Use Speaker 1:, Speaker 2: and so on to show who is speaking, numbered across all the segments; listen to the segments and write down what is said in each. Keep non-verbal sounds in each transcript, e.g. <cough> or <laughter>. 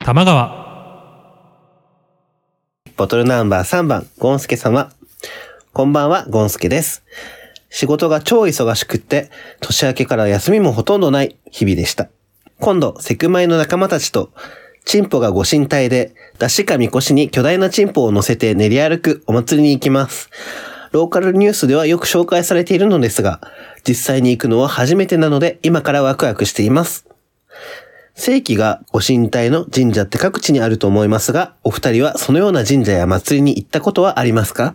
Speaker 1: 玉川
Speaker 2: ボトルナンバー3番、ゴンスケ様。こんばんは、ゴンスケです。仕事が超忙しくって、年明けから休みもほとんどない日々でした。今度、セクマイの仲間たちと、チンポがご神体で、出しかみこしに巨大なチンポを乗せて練り歩くお祭りに行きます。ローカルニュースではよく紹介されているのですが、実際に行くのは初めてなので、今からワクワクしています。正規がご神体の神社って各地にあると思いますが、お二人はそのような神社や祭りに行ったことはありますか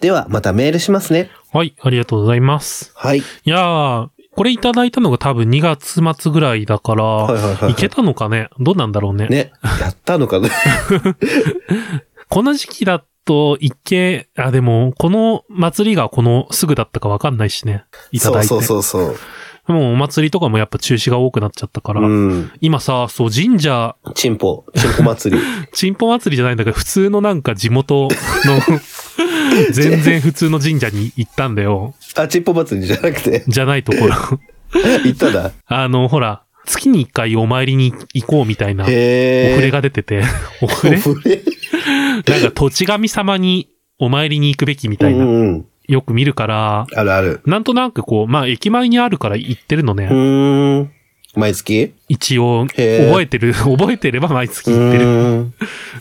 Speaker 2: では、またメールしますね。
Speaker 1: はい、ありがとうございます。
Speaker 2: はい。
Speaker 1: いやー、これいただいたのが多分2月末ぐらいだから、
Speaker 2: はいはいはいはい
Speaker 1: いけたのかねどうなんだろうね。
Speaker 2: ね。やったの
Speaker 1: <laughs>
Speaker 2: かな
Speaker 1: この時期だと行け、あ、でも、この祭りがこのすぐだったかわかんないしね。いただいて。
Speaker 2: そうそうそうそ
Speaker 1: もうお祭りとかもやっぱ中止が多くなっちゃったから。
Speaker 2: う。うん。
Speaker 1: 今さ、そう、神社、
Speaker 2: チンポ、チンポ祭り。
Speaker 1: チンポ祭りじゃないんだけど、普通のなんか地
Speaker 2: <laughs>
Speaker 1: 元の、全然普通の神社に行ったんだよ。
Speaker 2: あ、チンポ祭りじゃなくて、
Speaker 1: <laughs> じゃないところ。
Speaker 2: 行っただ。
Speaker 1: あの、ほら、月に一回お参りに行こうみたいな、お
Speaker 2: へー。
Speaker 1: 触れが出て <laughs> て、お触れ
Speaker 2: お触れ
Speaker 1: なんか土地神様にお参りに行くべきみ
Speaker 2: う
Speaker 1: たい
Speaker 2: ん
Speaker 1: な、
Speaker 2: うん。
Speaker 1: よく見るから、
Speaker 2: あるある。
Speaker 1: なんとなくこう、まあ駅前にあるから行ってるの
Speaker 2: う
Speaker 1: ね。
Speaker 2: ーん。毎月
Speaker 1: 一応、
Speaker 2: へー
Speaker 1: 覚えてる、 <laughs> 覚えてれば毎月
Speaker 2: う
Speaker 1: 行ってる。
Speaker 2: ーん。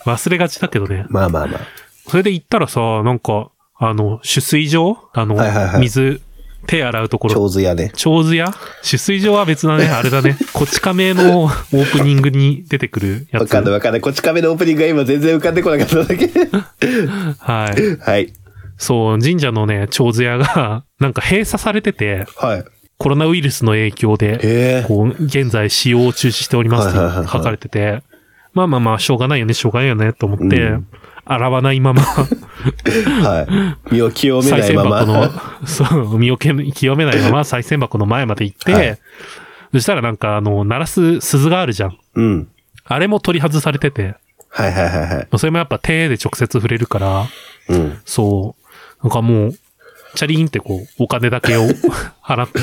Speaker 1: 忘れがちだけどね。
Speaker 2: まあまあまあ。
Speaker 1: それで行ったらさ、なんか、あの、取水場あの、
Speaker 2: はいはいはい
Speaker 1: 水、手洗うところ。
Speaker 2: 上手やね。
Speaker 1: 長図屋取水場は別だね。あれだね。こち亀のオープニングに出てくるや
Speaker 2: わ
Speaker 1: つ。
Speaker 2: かんないわかんない。こっち亀のオープニングが今全然浮かんでこなかった
Speaker 1: <laughs>
Speaker 2: んだけど。
Speaker 1: はい。
Speaker 2: はい。
Speaker 1: そう、神社のね、長図屋が、 <laughs> なんか閉鎖されてて、
Speaker 2: はい。
Speaker 1: コロナウイルスの影響で、
Speaker 2: へえ。
Speaker 1: こう、現在使用を中止しております
Speaker 2: はいはいは
Speaker 1: って
Speaker 2: いはい
Speaker 1: 書かれてて、まあまあまあ、しょうがないよね、しょうがないよね、と思って、
Speaker 2: うん
Speaker 1: 洗わないま
Speaker 2: <laughs>
Speaker 1: ま、
Speaker 2: はい。身を清め
Speaker 1: 再
Speaker 2: ない
Speaker 1: 銭
Speaker 2: まま。
Speaker 1: 箱の、 <laughs> そう、身を清めないまま、再銭箱の前まで行って、
Speaker 2: はい
Speaker 1: そしたらなんか、あの、鳴らす鈴があるじゃん。
Speaker 2: うん。
Speaker 1: あれも取り外されてて、
Speaker 2: はいはいはいはい。
Speaker 1: それもやっぱ手で直接触れるから、
Speaker 2: うん。
Speaker 1: そう、なんかもう、チャリンってこう、お金だけを <laughs> 払って、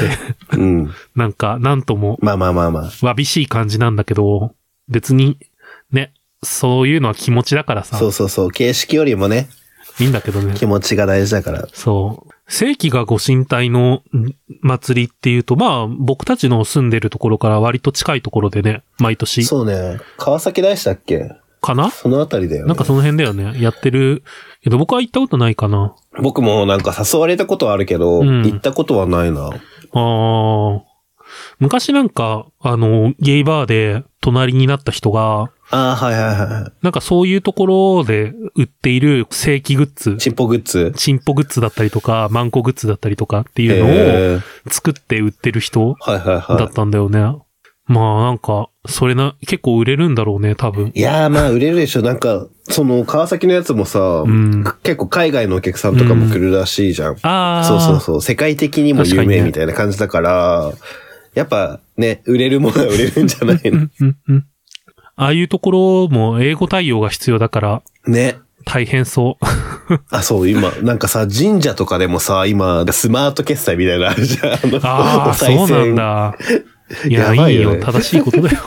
Speaker 2: うん。
Speaker 1: なんか、なんとも、
Speaker 2: まあまあまあまあ。
Speaker 1: わびしい感じなんだけど、別に、ね、そういうのは気持ちだからさ
Speaker 2: そ、うそうそう。形式よりもね、
Speaker 1: いいんだけどね。
Speaker 2: 気持ちが大事だから。
Speaker 1: そう。正規がご神体のん祭りっていうと、まあ、僕たちの住んでるところから割と近いところでね、毎年、
Speaker 2: そうね。川崎大師だっけ
Speaker 1: かな
Speaker 2: そのあたりだよ、ね。
Speaker 1: なんかその辺だよね。やってる。けど僕は行ったことないかな。
Speaker 2: 僕もなんか誘われたことはあるけど、
Speaker 1: うん
Speaker 2: 行ったことはないな。
Speaker 1: あー。昔なんか、あの、ゲイバーで隣になった人が、
Speaker 2: ああ、はいはいは
Speaker 1: なんかそういうところで売っている正規グッズ
Speaker 2: い。、チンポグッズ。
Speaker 1: チンポグッズだったりとか、マンコグッズだったりとかって
Speaker 2: え
Speaker 1: いう
Speaker 2: えー。
Speaker 1: のを作って売ってる人
Speaker 2: はいはい
Speaker 1: だ
Speaker 2: は
Speaker 1: ったんだよね。まあなんか、それな、結構売れるんだろうね、多分。
Speaker 2: い。いやーまあ売れるでしょ。なんか、その川崎のやつもさ、
Speaker 1: うん。
Speaker 2: 結構海外のお客さんとかも来るらしいじゃん。
Speaker 1: ああ。
Speaker 2: そうそうそう。世界的にも有
Speaker 1: 確かに
Speaker 2: 名
Speaker 1: ね
Speaker 2: みたいな感じだから、やっぱね、売れるものは売れるんじゃないの
Speaker 1: うんうんうん。ああいうところも英語対応が必要だから
Speaker 2: ね。
Speaker 1: 大変そう。
Speaker 2: あ、そう、今、なんかさ、神社とかでもさ、今、スマート決済みたいなのあるじゃん。の
Speaker 1: ああ、
Speaker 2: お
Speaker 1: そうなん
Speaker 2: <laughs>
Speaker 1: だ。いや、
Speaker 2: やば
Speaker 1: い
Speaker 2: い
Speaker 1: い
Speaker 2: よね
Speaker 1: よ。正しいことだ
Speaker 2: <laughs>
Speaker 1: よ。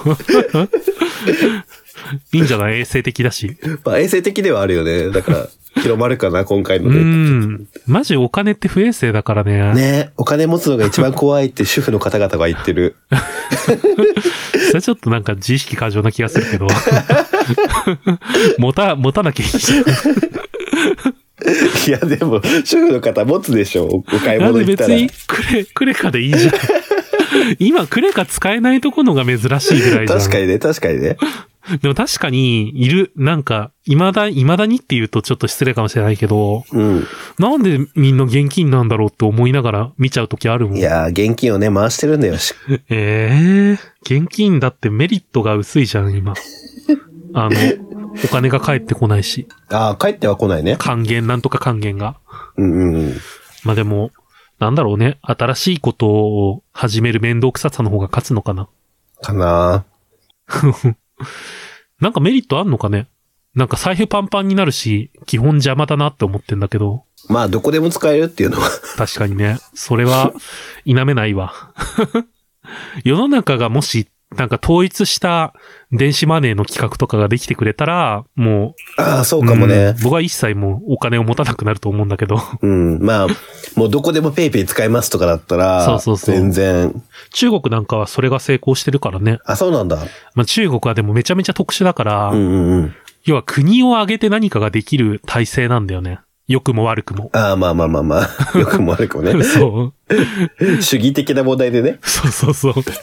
Speaker 1: いいんじゃない衛生的だし。
Speaker 2: まあ衛生的ではあるよね。だから、広まるかな、今回
Speaker 1: う
Speaker 2: ので。
Speaker 1: ん。マジお金って不衛生だからね。
Speaker 2: ねお金持つのが一番怖いって主婦の方々が言っ
Speaker 1: <laughs>
Speaker 2: てる。
Speaker 1: それちょっとなんか自意識過剰な気がするけど。 <laughs> 持た、持たなきゃいいじゃん
Speaker 2: いや、でも、主婦の方持つでしょ、おお買い
Speaker 1: なん
Speaker 2: 物
Speaker 1: で
Speaker 2: 行った
Speaker 1: 別
Speaker 2: ら。
Speaker 1: にクレ、クレカでいいじゃん。今、クレカ使えないとこのが珍しいぐらいじゃん。
Speaker 2: 確かにね、確かにね。
Speaker 1: でも確かに、いる。なんか、未だ、未だにって言うとちょっと失礼かもしれないけど、
Speaker 2: うん。
Speaker 1: なんでみんな現金なんだろうって思いながら見ちゃうときあるもん。
Speaker 2: い
Speaker 1: え
Speaker 2: やー、現金をね、回してるんだよ、し
Speaker 1: えー、現金だってメリットが薄いじゃん、今。あの、お金が返ってこないし、
Speaker 2: ああ、帰っては来ないね。
Speaker 1: 還元、なんとか還元が。
Speaker 2: うんうんうん。
Speaker 1: まあでも、なんだろうね。新しいことを始める面倒くささの方が勝つのかな。
Speaker 2: かな
Speaker 1: なんかメリットあんのかねなんか財布パンパンになるし、基本邪魔だなって思ってんだけど、
Speaker 2: ぁまあ、どこでも使えるっていうのは。
Speaker 1: <laughs> 確 <laughs> かにね、それは否めないわ。世の中がもしなんか統一した電子マネーの企画とかができてくれたら、も、
Speaker 2: ああ、そううかもね
Speaker 1: うん。僕は一切もうお金を持たなくなると思うんだけど、
Speaker 2: うん。まあ、もうどこでもペイペイ使えますとかだったら、
Speaker 1: そうそうそう
Speaker 2: 全然。
Speaker 1: 中国なんかはそれが成功してるからね。
Speaker 2: あ、そうなんだ。
Speaker 1: まあ中国はでもめちゃめちゃ特殊だから、
Speaker 2: うんうんうん。
Speaker 1: 要は国を挙げて何かができる体制なんだよね。良くも悪くも。
Speaker 2: ああ、まあまあまあま
Speaker 1: <laughs>
Speaker 2: あ。よくも悪くもね。
Speaker 1: そう。
Speaker 2: 主義的な問題でね。
Speaker 1: そうそうそう。だか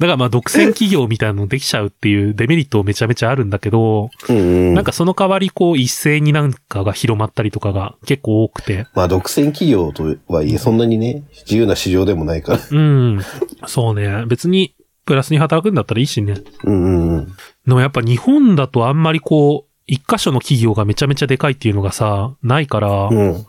Speaker 1: らまあ独占企業みたいなのできちゃうっていうデメリットめちゃめちゃあるんだけど、
Speaker 2: うんうん。
Speaker 1: なんかその代わりこう一斉になんかが広まったりとかが結構多くて。
Speaker 2: まあ、独占企業とはいえ、そんなにね、自由な市場でもないから。
Speaker 1: うん。そうね。別にプラスに働くんだったらいいしね。
Speaker 2: うんうんうん。
Speaker 1: でもやっぱ日本だとあんまりこう、一箇所の企業がめちゃめちゃでかいっていうのがさ、ないから、
Speaker 2: うん。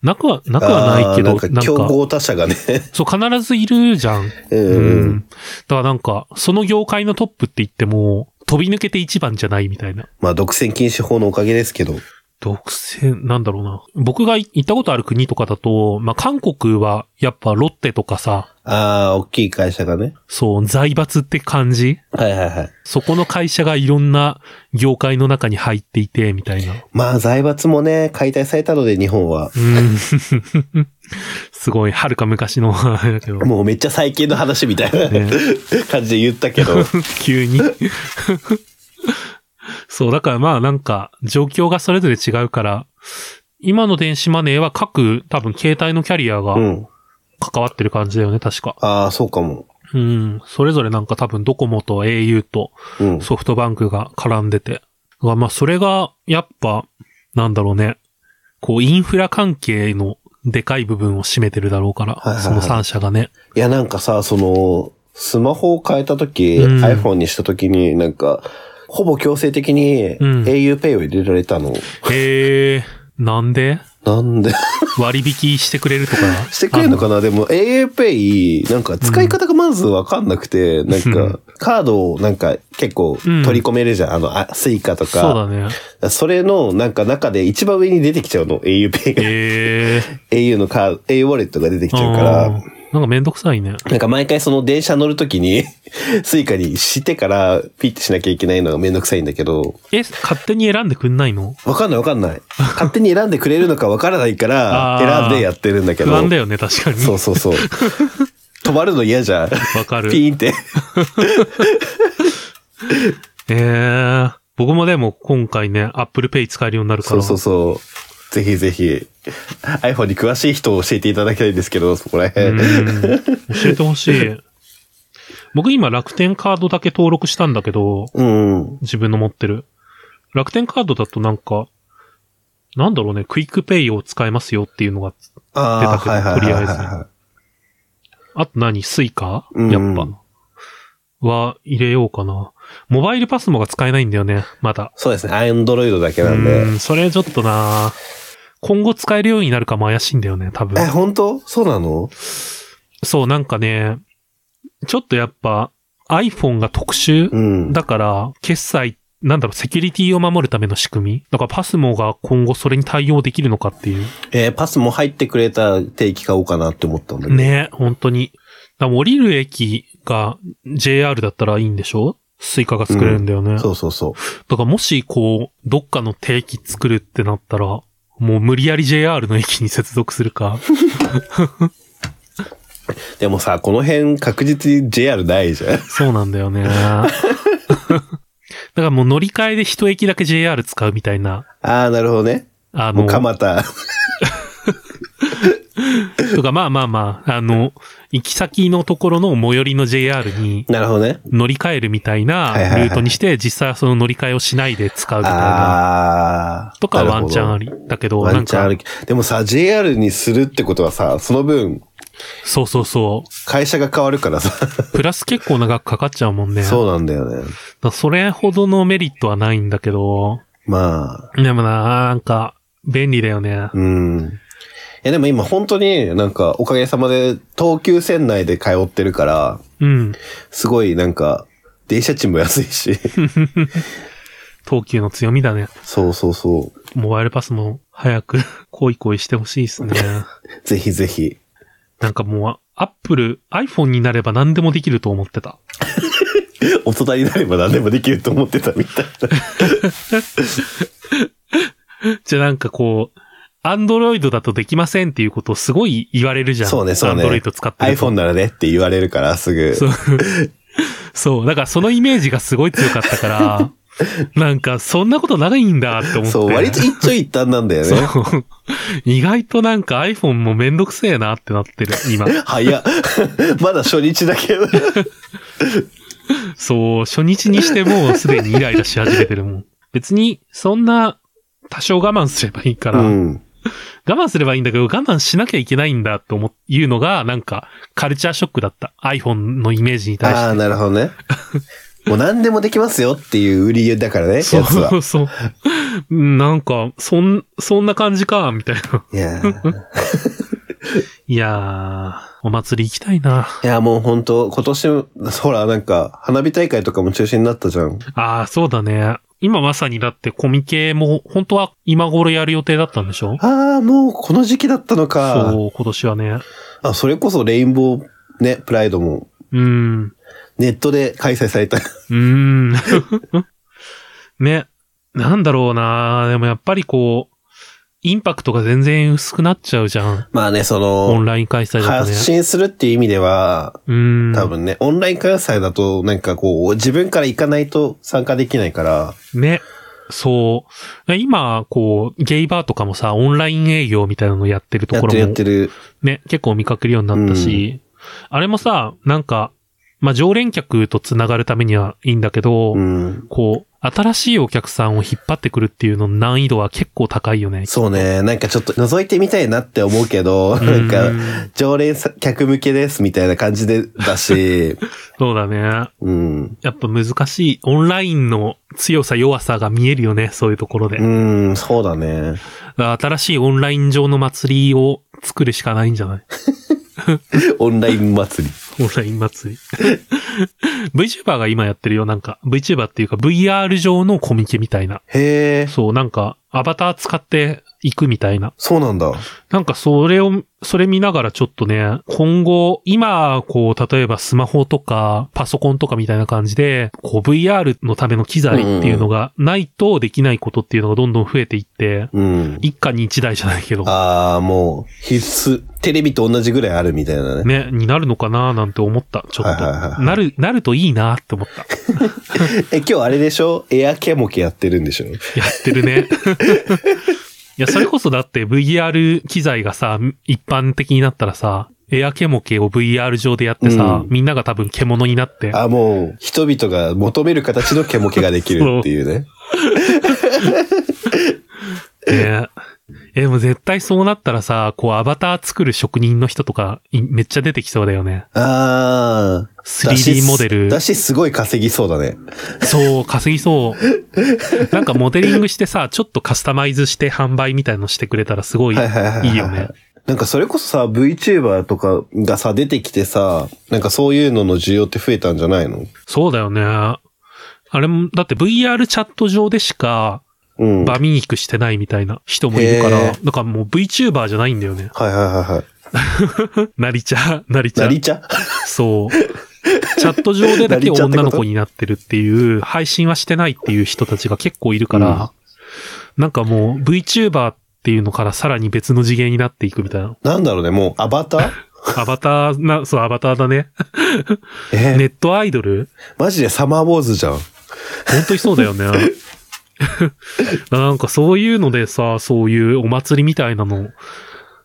Speaker 1: なくは、なくはないけど、
Speaker 2: あーなんか競合他社がね。 <laughs>
Speaker 1: そう、必ずいるじゃん。
Speaker 2: うん
Speaker 1: う
Speaker 2: うん
Speaker 1: ん。だからなんか、その業界のトップって言っても、飛び抜けて一番じゃないみたいな。
Speaker 2: まあ、独占禁止法のおかげですけど。
Speaker 1: 独占、なんだろうな。僕が行ったことある国とかだと、まあ、韓国はやっぱロッテとかさ、
Speaker 2: ああ、大きい会社がね。
Speaker 1: そう、財閥って感じ
Speaker 2: はいはいはい。
Speaker 1: そこの会社がいろんな業界の中に入っていて、みたいな。
Speaker 2: まあ、財閥もね、解体されたので、日本は。
Speaker 1: うん。 <laughs> すごい、遥か昔のあれだけど。
Speaker 2: もうめっちゃ最近の話みたいな、
Speaker 1: ね
Speaker 2: 感じで言った
Speaker 1: <laughs>
Speaker 2: けど。
Speaker 1: 急に。そう、だからまあなんか、状況がそれぞれ違うから、今の電子マネーは各、多分携帯のキャリア
Speaker 2: う
Speaker 1: が
Speaker 2: ん。
Speaker 1: 関わってる感じだよね、確か。
Speaker 2: ああ、そうかも。
Speaker 1: うん。それぞれなんか多分ドコモと au と
Speaker 2: うん。
Speaker 1: ソフトバンクが絡んでて。まあまあそれが、やっぱ、なんだろうね。こう、インフラ関係のでかい部分を占めてるだろうから、
Speaker 2: はいはいはい
Speaker 1: その3社がね。
Speaker 2: いや、なんかさ、その、スマホを変えたとき、
Speaker 1: うん
Speaker 2: iPhone にしたときに、なんか、ほぼ強制的に
Speaker 1: うん
Speaker 2: auPay を入れられたの。
Speaker 1: へえ、なんで
Speaker 2: なんで。
Speaker 1: 割引してくれるとか
Speaker 2: <laughs> してくれるのかなでも auPay、なんか使い方がまずわかんなくて、なん
Speaker 1: うん
Speaker 2: か、カードをなんか結構
Speaker 1: うん
Speaker 2: 取り込めるじゃん。あの、あスイカと
Speaker 1: あの
Speaker 2: か。
Speaker 1: そうだね。
Speaker 2: それの、なんか中で一番上に出てきちゃうの。auPay が。
Speaker 1: へえ。
Speaker 2: au のカード、au ウォレットが出てきちゃうか
Speaker 1: うん
Speaker 2: ら。
Speaker 1: なんかめんどくさいね。
Speaker 2: なんか毎回その電車乗るときに、 <laughs> スイカにしてからピッてしなきゃいけないのがめんどくさいんだけど、
Speaker 1: え、勝手に選んでくんないの
Speaker 2: わかんないわかんない。勝手に選んでくれるのかわからないか
Speaker 1: <laughs> あ
Speaker 2: ら、
Speaker 1: ー
Speaker 2: 選んでやってるんだけど。
Speaker 1: 不安だよね、確かに。
Speaker 2: そうそ
Speaker 1: <laughs>
Speaker 2: うそう。止まるの嫌じゃん。
Speaker 1: わかる。
Speaker 2: ピーンって。
Speaker 1: ええ僕もでも今回ね、Apple Pay 使えるようになるか
Speaker 2: そ
Speaker 1: ら。
Speaker 2: うそうそう。ぜひぜひ、iPhone に詳しい人を教えていただきたいんですけど、そこら辺。
Speaker 1: うん教えてほしい。 <laughs> 僕今楽天カードだけ登録したんだけど、
Speaker 2: うん。
Speaker 1: 自分の持ってる。楽天カードだとなんか、なんだろうね、クイックペイを使えますよっていうのが、
Speaker 2: ああ、
Speaker 1: 出たけど
Speaker 2: はいはい
Speaker 1: とりあ
Speaker 2: はい
Speaker 1: えず
Speaker 2: は
Speaker 1: あと何スイカ
Speaker 2: うん
Speaker 1: やっぱ。は入れようかな。モバイルパスモが使えないんだよね、まだ
Speaker 2: い。。そうですね。Android だけ
Speaker 1: う
Speaker 2: なんで。
Speaker 1: ん、それちょっとな今後使えるようになるかも怪しいんだよね、多分
Speaker 2: え、。本当そうなの
Speaker 1: そう、なんかね、ちょっとやっぱ iPhone が特殊
Speaker 2: うん。
Speaker 1: だから、決済、なんだろう、セキュリティを守るための仕組みだからパスモが今後それに対応できるのかっていう。
Speaker 2: えーパスも入ってくれたら定期買おうかなって思ったんだけど。。
Speaker 1: ね本当に。だから降りる駅が JR だったらいいんでしょスイカが作れるんだよね。
Speaker 2: そうそうそう。
Speaker 1: だからもしこう、どっかの定期作るってなったら、もう無理やり JR の駅に接続する
Speaker 2: <laughs>
Speaker 1: か。
Speaker 2: でもさ、この辺確実に JR ないじゃん。 <laughs>
Speaker 1: そうなんだよね。だ <laughs> からもう乗り換えで一駅だけ JR 使うみたいな。
Speaker 2: ああ、なるほどね。
Speaker 1: あ
Speaker 2: も
Speaker 1: の
Speaker 2: う、蒲田。 <laughs>
Speaker 1: とかまあまあまあ、あの、行き先のところの最寄りの JR に
Speaker 2: なるほどね。
Speaker 1: 乗り換えるみたいな
Speaker 2: はいはいはい
Speaker 1: ルートにして、実際はその乗り換えをしないで使うみたいな。
Speaker 2: ああ。
Speaker 1: とかはワンチャンあ
Speaker 2: る。
Speaker 1: り。だけど、
Speaker 2: ワ
Speaker 1: なん
Speaker 2: ンチャンあ
Speaker 1: か
Speaker 2: る、。でもさ、JR にするってことはさ、その分、
Speaker 1: そうそうそう。
Speaker 2: 会社が変わるからさ。
Speaker 1: プラス結構長くかかっちゃうもんね。
Speaker 2: <laughs> そうなんだよね。
Speaker 1: だからそれほどのメリットはないんだけど、
Speaker 2: まあ、
Speaker 1: でもな、なんか、便利だよね。
Speaker 2: うん。いやでも今本当になんかおかげさまで東急線内で通ってるから、
Speaker 1: うん。
Speaker 2: すごいなんか電車賃も安いし。 <laughs>
Speaker 1: 東急の強みだね。
Speaker 2: そうそうそう。
Speaker 1: モバイルパスも早く、 <laughs> 恋恋してほしいですね。
Speaker 2: ぜひぜひ。
Speaker 1: なんかもう、アップル、iPhone になれば何でもできると思ってた。
Speaker 2: 大人になれば何でもできると思ってたみたいな。
Speaker 1: じゃあなんかこう、アンドロイドだとできませんっていうことをすごい言われるじゃん。
Speaker 2: そうね、そうね。
Speaker 1: アンドロイド使ってると
Speaker 2: iPhone ならねって言われるから、すぐ。
Speaker 1: そう。そう。だからそのイメージがすごい強かった
Speaker 2: <laughs>
Speaker 1: から、なんかそんなことないんだって思って。
Speaker 2: そう、割と一長一短なんだよね。
Speaker 1: そう。意外となんか iPhone もめんどくせえなってなってる、今。
Speaker 2: 早っ。 <laughs> まだ初日だけど。
Speaker 1: そう、初日にしてもうすでにイライラし始めてるもん。別に、そんな、多少我慢すればいいから、
Speaker 2: うん。
Speaker 1: 我慢すればいいんだけど、我慢しなきゃいけないんだと思う、いうのが、なんか、カルチャーショックだった。iPhone のイメージに対
Speaker 2: ああ、
Speaker 1: し
Speaker 2: なるほどね。もう何でもできますよっていう売りだからね、や
Speaker 1: て。
Speaker 2: つは
Speaker 1: そ。う <laughs> そう。なんか、そん、そんな感じか、みたいな。
Speaker 2: いやー
Speaker 1: いやー、お祭り行きたいな。
Speaker 2: いや、もう本当今年、ほら、なんか、花火大会とかも中止になったじゃん。
Speaker 1: ああ、そうだね。今まさにだってコミケも、本当は今頃やる予定だったんでしょ
Speaker 2: ああ、もうこの時期だったのか。
Speaker 1: そう、今年はね。
Speaker 2: あ、それこそレインボー、ね、プライドも、
Speaker 1: うん。
Speaker 2: ネットで開催された。 <laughs>
Speaker 1: うーん。 <laughs> ね。なんだろうなでもやっぱりこう、インパクトが全然薄くなっちゃうじゃん。
Speaker 2: まあね、そ
Speaker 1: オン
Speaker 2: の、
Speaker 1: ライン開催だと
Speaker 2: 発
Speaker 1: ね。
Speaker 2: 信するっていう意味では、
Speaker 1: うーん。
Speaker 2: 多。分ね、オンライン開催だと、なんかこう、自分から行かないと参加できないから、
Speaker 1: ね。そう。今、こう、ゲイバーとかもさ、オンライン営業みたいなのやってると
Speaker 2: やっ
Speaker 1: こ
Speaker 2: て
Speaker 1: ろ
Speaker 2: るやっ
Speaker 1: も
Speaker 2: て、る。
Speaker 1: ね、結構見かけるようになったし、あれもさ、なんか、まあ、常連客とつながるためにはいいんだけど、
Speaker 2: うん。
Speaker 1: こう、新しいお客さんを引っ張ってくるっていうのの難易度は結構高いよね。
Speaker 2: そうね、なんかちょっと覗いてみたいなって思うけど、なん
Speaker 1: う
Speaker 2: か、
Speaker 1: ーん
Speaker 2: 常連さ客向けですみたいな感じで、だ
Speaker 1: <laughs>
Speaker 2: し、
Speaker 1: そうだね。
Speaker 2: うん。
Speaker 1: やっぱ難しい。オンラインの強さ弱さが見えるよね。そういうところで。
Speaker 2: うん、そうだね。
Speaker 1: 新しいオンライン上の祭りを作るしかないんじゃない
Speaker 2: オンライン祭り。
Speaker 1: <laughs> オンライン <laughs> 祭り。VTuber が今やってるよ。なんか VTuber っていうか VR 上のコミケみたいな。
Speaker 2: へえ、
Speaker 1: そう、なんかアバター使っていくみたいな。
Speaker 2: そうなんだ。
Speaker 1: なんかそれを、それ見ながらちょっとね、今後、今、こう、例えばスマホとかパソコンとかみたいな感じで、こう VR のための機材っていうのがないとできないことっていうのがどんどん増えていって、
Speaker 2: うん。
Speaker 1: 一家に一台じゃないけど、
Speaker 2: ああ、もう、必須、テレビと同じぐらいあるみたいなね。
Speaker 1: ね、になるのかななんて思った、ちょっ
Speaker 2: はいはいはいは
Speaker 1: と。
Speaker 2: い
Speaker 1: なる、なるといいなって思った。
Speaker 2: え、今日あれでしょエアケモケやってるんでしょ
Speaker 1: やってる
Speaker 2: <laughs>
Speaker 1: ね。いや、それこそだって VR 機材がさ、一般的になったらさ、エアケモケを VR 上でやってさ、
Speaker 2: うん
Speaker 1: みんなが多分獣になって、
Speaker 2: あ、もう、人々が求める形のケモケができるっていうね。
Speaker 1: ねえ。え、でも絶対そうなったらさ、こうアバター作る職人の人とかいめっちゃ出てきそうだよね。
Speaker 2: ああ。だし
Speaker 1: 3D モデル。
Speaker 2: だし、すごい稼ぎそうだね。
Speaker 1: そう、稼ぎそう。
Speaker 2: <laughs>
Speaker 1: なんかモデリングしてさ、ちょっとカスタマイズして販売みたいのしてくれたらすごいい
Speaker 2: はいはいはいはい
Speaker 1: いよね。
Speaker 2: なんかそれこそさ、VTuber とかがさ、出てきてさ、なんかそういうのの需要って増えたんじゃないの
Speaker 1: そうだよね。あれも、だって VR チャット上でしか
Speaker 2: うん。は
Speaker 1: バミンクしてないみたいな人もいるから、
Speaker 2: へえ
Speaker 1: だからもう VTuber じゃないんだよね。
Speaker 2: いはいはいはい。
Speaker 1: なりちゃ、なりち
Speaker 2: な
Speaker 1: ゃ。
Speaker 2: りちゃ
Speaker 1: そう。チャット上でだけ
Speaker 2: なりちゃってこと
Speaker 1: 女の子になってるっていう、配信はしてないっていう人たちが結構いるから、なんかもう VTuber っていうのからさらに別の次元になっていくみたい
Speaker 2: <laughs>
Speaker 1: な。
Speaker 2: なんだろうね、もう、ア
Speaker 1: <laughs>
Speaker 2: バター
Speaker 1: アバターな、そう、アバターだね。
Speaker 2: え
Speaker 1: ネットアイドル
Speaker 2: マジでサマーウォーズじゃん。
Speaker 1: 本当にそうだ
Speaker 2: <laughs>
Speaker 1: よね。なんかそういうのでさ、そういうお祭りみたいなの、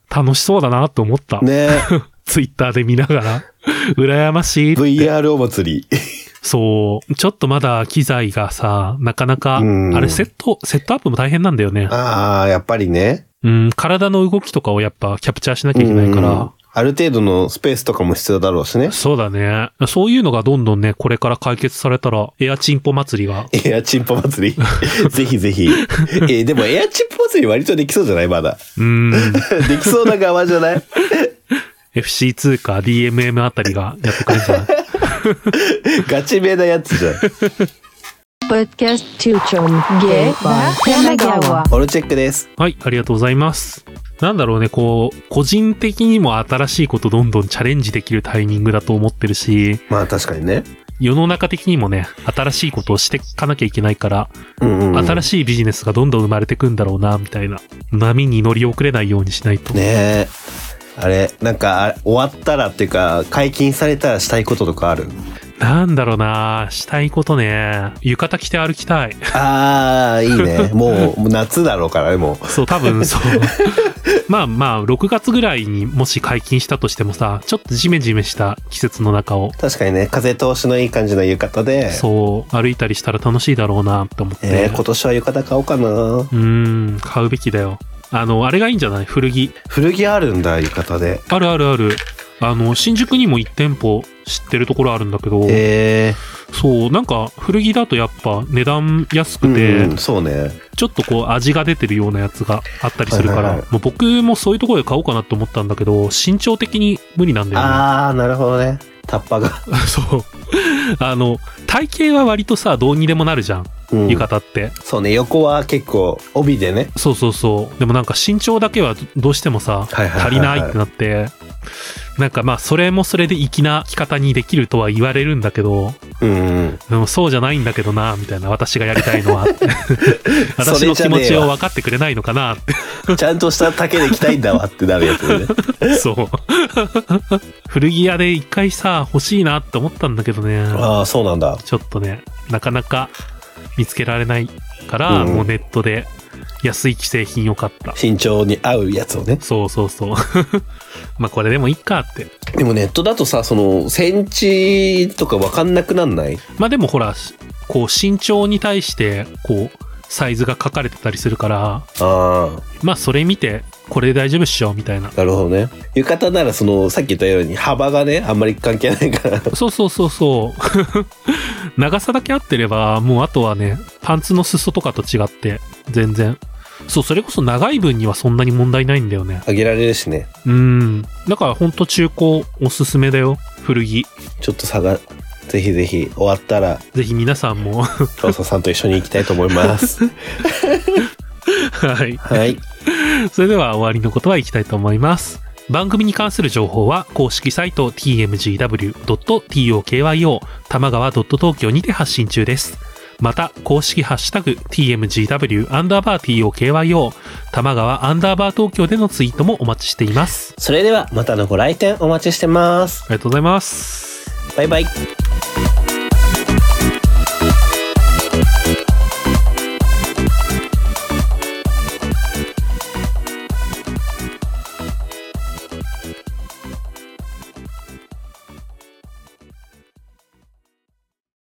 Speaker 1: 楽しそうだなと思った。
Speaker 2: ね
Speaker 1: <laughs> ツイッターで見ながら。 <laughs> 羨ましい。
Speaker 2: VR お祭り。 <laughs>
Speaker 1: そう。ちょっとまだ機材がさ、なかなか、
Speaker 2: うん
Speaker 1: あれセット、セットアップも大変なんだよね。
Speaker 2: ああ、やっぱりね。
Speaker 1: うん、体の動きとかをやっぱキャプチャーしなきゃいけないか
Speaker 2: うん
Speaker 1: ら。
Speaker 2: ある程度のスペースとかも必要だろう
Speaker 1: <laughs>
Speaker 2: しね。
Speaker 1: そうだね。そういうのがどんどんね、これから解決されたら、エアチンポ祭りが。
Speaker 2: エアチンポ祭
Speaker 1: <laughs>
Speaker 2: り。ぜひぜひ。えーでもエアチンポ祭り割とできそうじゃないまだ。 <laughs>
Speaker 1: うん、
Speaker 2: できそうな側じ
Speaker 1: <laughs>
Speaker 2: ゃない
Speaker 1: FC2 か DMM あたりがやってくれるんじゃない
Speaker 2: <laughs> ガチめなやつじゃん。
Speaker 3: Podcast Tuchom Gay by Yamagawa.
Speaker 2: オルチェックです。
Speaker 1: はい、ありがとうございます。なんだろうね、こう、個人的にも新しいことどんどんチャレンジできるタイミングだと思ってるし、
Speaker 2: まあ確かにね。
Speaker 1: 世の中的にもね、新しいことをしていかなきゃいけないから、
Speaker 2: うんうんうん。
Speaker 1: 新しいビジネスがどんどん生まれてくんだろうな、みたいな。波に乗り遅れないようにしないと。
Speaker 2: ねえ。あれ、なんか、あ終わったらっていうか、解禁されたらしたいこととかある
Speaker 1: なんだろうなしたいことね。浴衣着て歩きたい。
Speaker 2: ああ、いいね。もう、もう夏だろうからね、も
Speaker 1: <laughs> そう、多分そう。 <laughs> まあまあ、6月ぐらいにもし解禁したとしてもさ、ちょっとジメジメした季節の中を、
Speaker 2: う。確かにね、風通しのいい感じの浴衣で、
Speaker 1: そう、歩いたりしたら楽しいだろうな、と思って。
Speaker 2: えー今年は浴衣買おうかな。
Speaker 1: うーん、買うべきだよ。あの、あれがいいんじゃない古着。
Speaker 2: 古着あるんだ、浴衣で。
Speaker 1: あるあるある。あの、新宿にも1店舗知ってるところあるんだけど、
Speaker 2: え
Speaker 1: そう、なんか古着だとやっぱ値段安
Speaker 2: ー、
Speaker 1: くて、
Speaker 2: うん、そうね。
Speaker 1: ちょっとこう味が出てるようなやつがあったりするから、
Speaker 2: はいはいは
Speaker 1: もう僕もそういうところで買おうかなと思ったんだけど、身長的に無理なんだよね。
Speaker 2: ああ、なるほどね。タッパが。
Speaker 1: <laughs> そう。あの、体型は割とさ、どうにでもなるじゃん。
Speaker 2: うん
Speaker 1: 浴衣って。
Speaker 2: そうね、横は結構、帯でね。
Speaker 1: そうそうそう。でもなんか身長だけはどどうしてもさ、
Speaker 2: はいはいはいはい
Speaker 1: 足りないってなって、なんかまあ、それもそれで粋な着方にできるとは言われるんだけど、
Speaker 2: うん
Speaker 1: でもそうじゃないんだけどな、みたいな、私がやりたいのは。
Speaker 2: <laughs> そ
Speaker 1: 私
Speaker 2: れ
Speaker 1: の
Speaker 2: じゃ
Speaker 1: 気
Speaker 2: ねえわ
Speaker 1: 持ちを分かってくれないのかなって。
Speaker 2: うん。ちゃんとした丈で着たいんだわってなるや
Speaker 1: <laughs>
Speaker 2: つね。
Speaker 1: そう。 <laughs> 古着屋で一回さ、欲しいなって思ったんだけどね。
Speaker 2: ああ、そうなんだ。
Speaker 1: ちょっとね、なかなか見つけられないから、
Speaker 2: うん
Speaker 1: もうネットで安い既製品を買った。
Speaker 2: 身長に合うやつをね。
Speaker 1: そうそうそう。 <laughs> まあこれでもいいかって。
Speaker 2: でもネットだとさ、その、センチとかわかんなくなんない
Speaker 1: まあでもほら、しこう身長に対して、こう、サイズが書かれてたりするから、
Speaker 2: あ
Speaker 1: まあそれ見て、これで大丈夫っしょ、みたいな
Speaker 2: あ、。なるほどね。浴衣ならその、さっき言ったように幅がね、あんまり関係ないから。 <laughs>
Speaker 1: そうそうそうそう。 <laughs> 長さだけ合ってれば、もうあとはね、パンツの裾とかと違って、全然。そう、それこそ長い分にはそんなに問題ないんだよね。
Speaker 2: あげられるしね。
Speaker 1: うん。だからほんと中古おすすめだよ。古着。
Speaker 2: ちょっと差が、ぜひぜひ終わったら、
Speaker 1: ぜひ皆さんも。 <laughs> は
Speaker 2: ローサさんと一緒に行きたいと思い <laughs> ます。
Speaker 1: い。
Speaker 2: はい。
Speaker 1: それでは終わりのことはいきたいと思います。番組に関する情報は公式サイト tmgw.tokyo 玉川 .tokyo にて発信中です。また、公式ハッシュタグ tmgw アンダーバー tokyo 玉川アンダーバー東京でのツイートもお待ちしています。
Speaker 2: それでは、またのご来店お待ちしてます。
Speaker 1: ありがとうございます。
Speaker 2: バイバイ。